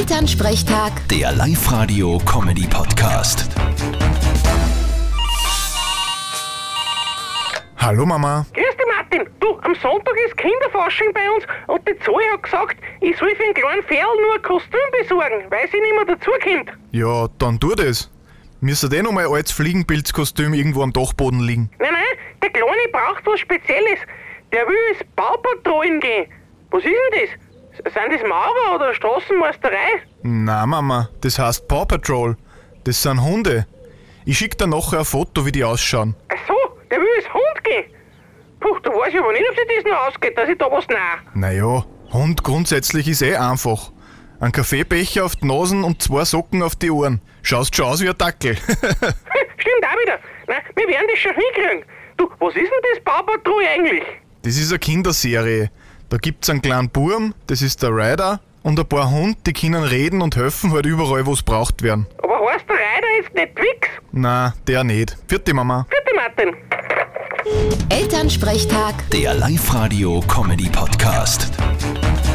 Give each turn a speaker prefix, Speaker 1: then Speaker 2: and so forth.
Speaker 1: Elternsprechtag,
Speaker 2: Der Live-Radio-Comedy-Podcast.
Speaker 3: Hallo Mama.
Speaker 4: Grüß dich, Martin. Du, am Sonntag ist Kinderfasching bei uns und die Zoe hat gesagt, ich soll für den kleinen Ferl nur ein Kostüm besorgen, weil sie nicht mehr dazukommt.
Speaker 3: Ja, dann tu das. Müsste eh noch mein altes Fliegenpilzkostüm irgendwo am Dachboden liegen.
Speaker 4: Nein, nein, der Kleine braucht was Spezielles. Der will ins Baupatrollen gehen. Was ist denn das? S- Sind das Maurer oder Straßenmeisterei?
Speaker 3: Na Mama, das heißt Paw Patrol. Das sind Hunde. Ich schick dir nachher ein Foto, wie die ausschauen.
Speaker 4: Ach so, der will ins Hund gehen. Puh, da weiß ich aber nicht, ob sich das noch ausgeht, dass ich da was nach.
Speaker 3: Naja, Hund grundsätzlich ist eh einfach. Ein Kaffeebecher auf die Nasen und zwei Socken auf die Ohren. Schaust schon aus wie ein Dackel.
Speaker 4: Stimmt auch wieder. Nein, wir werden das schon hinkriegen. Du, was ist denn das Baupatrouille eigentlich?
Speaker 3: das ist eine Kinderserie. Da gibt's einen kleinen Burm, das ist der Ryder, und ein paar Hunde, die können reden und helfen halt überall, wo's braucht werden.
Speaker 4: Aber heißt der Reiter jetzt nicht Twix?
Speaker 3: Na, der nicht. Vierte Mama.
Speaker 4: Bitte, Martin.
Speaker 1: Elternsprechtag.
Speaker 2: Der Live-Radio-Comedy-Podcast.